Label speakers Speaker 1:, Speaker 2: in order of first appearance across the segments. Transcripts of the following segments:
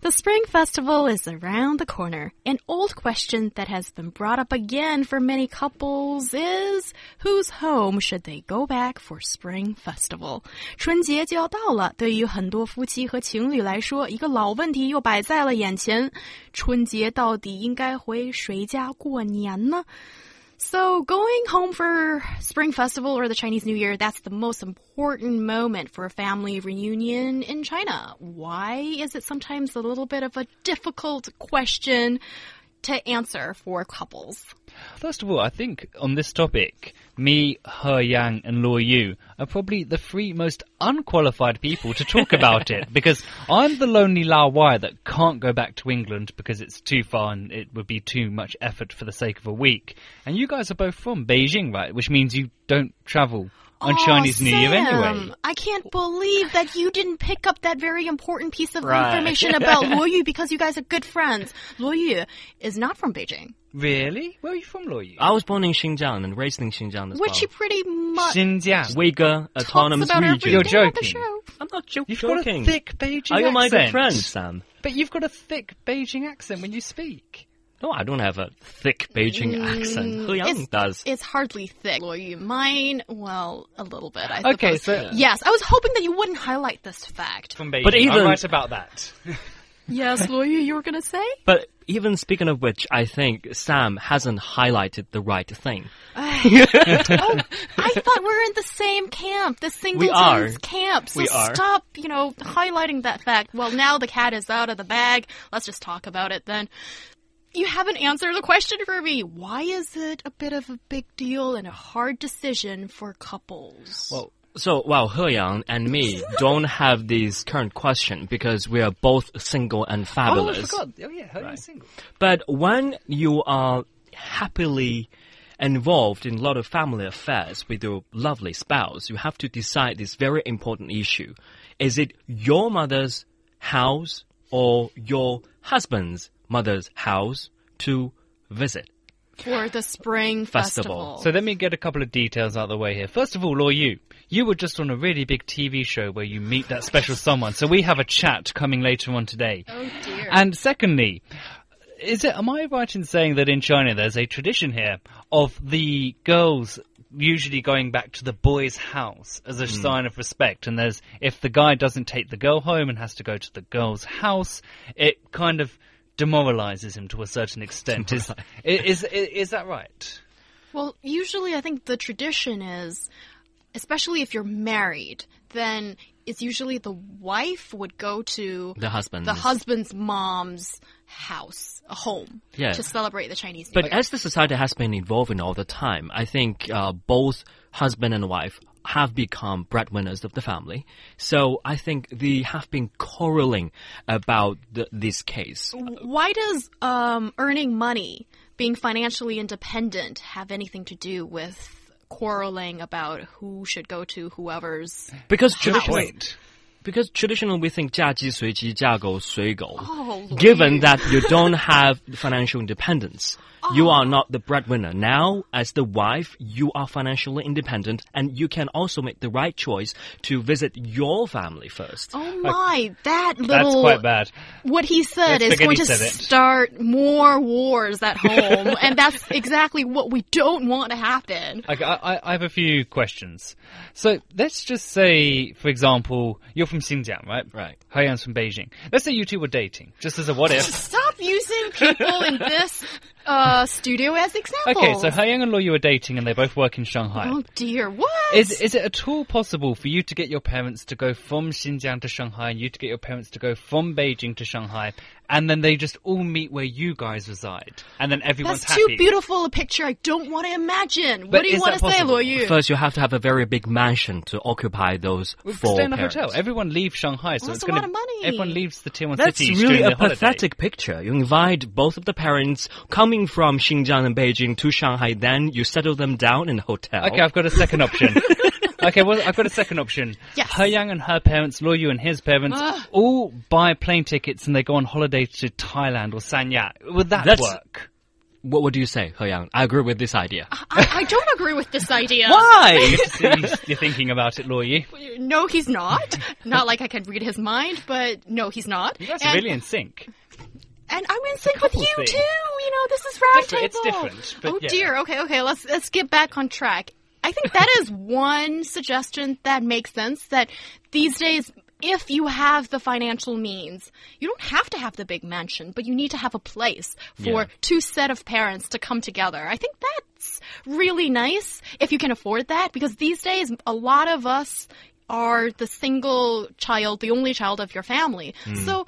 Speaker 1: The Spring Festival is around the corner. An old question that has been brought up again for many couples is whose home should they go back for Spring Festival? 春节就要到了，对于很多夫妻和情侣来说，一个老问题又摆在了眼前：春节到底应该回谁家过年呢？So, going home for Spring Festival or the Chinese New Year, that's the most important moment for a family reunion in China. Why is it sometimes a little bit of a difficult question to answer for couples?
Speaker 2: First of all, I think on this topic, me, He Yang, and Luo Yu are probably the three most unqualified people to talk about it because I'm the lonely Lao Wai that can't go back to England because it's too far and it would be too much effort for the sake of a week. And you guys are both from Beijing, right? Which means you don't travel on
Speaker 3: Oh,
Speaker 1: Aw,
Speaker 2: Chinese New Year anyway.
Speaker 1: Sam, I can't believe that you didn't pick up that very important piece of
Speaker 2: Right.
Speaker 1: information about Luo Yu because you guys are good friends. Luo Yu is not from Beijing,
Speaker 2: Really? Where are you from, Luo Yu?
Speaker 3: I was born in Xinjiang and raised in Xinjiang as
Speaker 1: which you
Speaker 3: well.
Speaker 1: pretty much
Speaker 2: Xinjiang.
Speaker 3: Uyghur
Speaker 1: talks
Speaker 3: Autonomous
Speaker 1: about
Speaker 3: Region.
Speaker 1: every
Speaker 2: You're
Speaker 1: day on the
Speaker 2: joking.
Speaker 1: show.
Speaker 3: I'm not jo-
Speaker 2: You've got
Speaker 3: joking.
Speaker 2: a thick Beijing
Speaker 3: Are you
Speaker 2: accent.
Speaker 3: my good friend, Sam?
Speaker 2: But you've got a thick Beijing accent when you speak.
Speaker 3: No, I don't have a thick Beijing
Speaker 2: Mm,
Speaker 3: accent. He Yang
Speaker 1: Mm, it's,
Speaker 3: does.
Speaker 1: It's hardly thick. Well, you mine, well, a little bit. I
Speaker 2: Okay,
Speaker 1: suppose.
Speaker 2: so-
Speaker 1: yes, I was hoping that you wouldn't highlight this fact.
Speaker 2: From Beijing.
Speaker 3: But even-
Speaker 2: I'm right about that.
Speaker 1: yes, Loyu, you were gonna say?
Speaker 3: But even speaking of which, I think Sam hasn't highlighted the right thing.
Speaker 1: Oh, I thought we were in the same camp, the Singletons
Speaker 3: are.
Speaker 1: camp. So
Speaker 3: We are.
Speaker 1: stop, you know, highlighting that fact. Well, now the cat is out of the bag. Let's just talk about it then. You haven't answered the question for me. Why is it a bit of a big deal and a hard decision for couples?
Speaker 3: Well, so, well, He Yang and me don't have this current question because we are both single and
Speaker 2: oh, I
Speaker 3: fabulous.
Speaker 2: forgot. Oh, yeah. How are you single?
Speaker 3: But when you are happily involved in a lot of family affairs with your lovely spouse, you have to decide this very important issue. Is it your mother's house or your husband's mother's house to visit?
Speaker 1: for the spring festival.
Speaker 3: Festival.
Speaker 2: So let me get a couple of details out of the way here. First of all, Law you, you were just on a really big TV show where you meet that special someone. So we have a chat coming later on today.
Speaker 1: oh dear.
Speaker 2: And secondly, is it am I right in saying that in China there's a tradition here of the girls usually going back to the boy's house as a sign of respect and there's if the guy doesn't take the girl home and has to go to the girl's house it kind of demoralizes him to a certain extent is is is, is that right
Speaker 1: Well, usually I think the tradition is, especially if you're married, then it's usually the wife would go to
Speaker 3: The husband.
Speaker 1: the husband's mom's house, a home,
Speaker 3: Yeah.
Speaker 1: to celebrate the Chinese New
Speaker 3: But
Speaker 1: Year.
Speaker 3: as the society has been evolving all the time, I think uh, both husband and wife have become breadwinners of the family. So I think they have been quarreling about the, this case.
Speaker 1: Why does um, earning money, being financially independent, have anything to do with quarreling about who should go to whoever's?
Speaker 3: Because traditional, because traditional we think 嫁鸡随鸡，嫁狗随狗.
Speaker 1: Oh, Lord.
Speaker 3: Given that you don't have financial independence,
Speaker 2: Oh.
Speaker 3: you are not the breadwinner. Now, as the wife, you are financially independent and you can also make the right choice to visit your family first.
Speaker 1: Oh my, that little.
Speaker 2: that's quite bad
Speaker 1: What he said
Speaker 2: That's
Speaker 1: is going
Speaker 2: spaghetti
Speaker 1: to
Speaker 2: said it.
Speaker 1: start more wars at home, and that's exactly what we don't want to happen.
Speaker 2: Okay, I, I- I have a few questions. So let's just say, for example, you're from Xinjiang, right?
Speaker 3: Right.
Speaker 2: Heian's from Beijing. Let's say you two were dating, just as a what if.
Speaker 1: Stop using people in this uh, studio as examples.
Speaker 2: Okay, so Heian and Law, you were dating, and they both work in Shanghai.
Speaker 1: oh dear, what?
Speaker 2: Is is it at all possible for you to get your parents to go from Xinjiang to Shanghai, and you to get your parents to go from Beijing to Shanghai, and then they just all meet where you guys reside, and then everyone's
Speaker 1: that's too
Speaker 2: happy?
Speaker 1: beautiful a picture. I don't want to imagine. what
Speaker 2: But
Speaker 1: do you
Speaker 2: is
Speaker 1: want to
Speaker 2: that
Speaker 1: say,
Speaker 2: possible?
Speaker 1: Luoyu?
Speaker 3: First, you have to have a very big mansion to occupy those
Speaker 2: We could
Speaker 3: four
Speaker 2: stay in a
Speaker 3: parents.
Speaker 2: hotel. Everyone leaves Shanghai, so
Speaker 1: Well,
Speaker 2: it's
Speaker 1: that's a lot
Speaker 2: going
Speaker 1: of money.
Speaker 2: Everyone leaves the tier one
Speaker 3: That's
Speaker 2: cities
Speaker 3: really
Speaker 2: during
Speaker 3: a
Speaker 2: the holiday.
Speaker 3: pathetic picture. You invite both of the parents coming from Xinjiang and Beijing to Shanghai, then you settle them down in a hotel.
Speaker 2: Okay, I've got a second option. okay, well, I've got a second option.
Speaker 1: Yes.
Speaker 2: He Yang and her parents, Luo Yu and his parents,
Speaker 3: Ah.
Speaker 2: all buy plane tickets and they go on holiday to Thailand or Sanya. Would that
Speaker 3: That's-
Speaker 2: work?
Speaker 3: What, what do you say, He Yang? I agree with this idea.
Speaker 1: I, I don't agree with this idea.
Speaker 3: Why?
Speaker 2: You're thinking about it, Lawyer.
Speaker 1: No, he's not. Not like I can read his mind, but no, he's not.
Speaker 2: That's
Speaker 1: and,
Speaker 2: really in sync.
Speaker 1: and I'm in sync with you
Speaker 2: thing.
Speaker 1: too. You know, this is round
Speaker 2: Different- it's
Speaker 1: table.
Speaker 2: different, but
Speaker 1: oh
Speaker 2: yeah.
Speaker 1: dear. Okay, okay. Let's let's get back on track. I think that is one suggestion that makes sense. That these days. If you have the financial means, you don't have to have the big mansion, but you need to have a place for
Speaker 3: Yeah.
Speaker 1: two set of parents to come together. I think that's really nice if you can afford that because these days a lot of us are the single child, the only child of your family.
Speaker 2: Hmm.
Speaker 1: So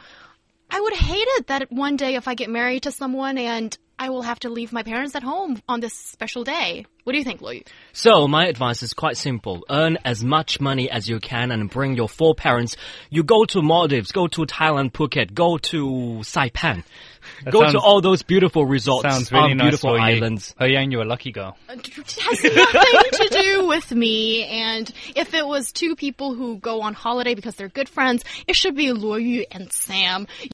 Speaker 1: I would hate it that one day if I get married to someone and I will have to leave my parents at home on this special day. What do you think, Lloyd?
Speaker 3: So, my advice is quite simple. Earn as much money as you can and bring your four parents. You go to Maldives, go to Thailand, Phuket, go to Saipan. go to
Speaker 2: sounds-
Speaker 3: all those beautiful resorts
Speaker 2: Sounds really
Speaker 3: on
Speaker 2: nice
Speaker 3: beautiful
Speaker 2: for you.
Speaker 3: islands.
Speaker 2: Oh, yeah, and you're a lucky girl.
Speaker 1: It has nothing to do with me. And if it was two people who go on holiday because they're good friends, it should be Luoyu and Sam.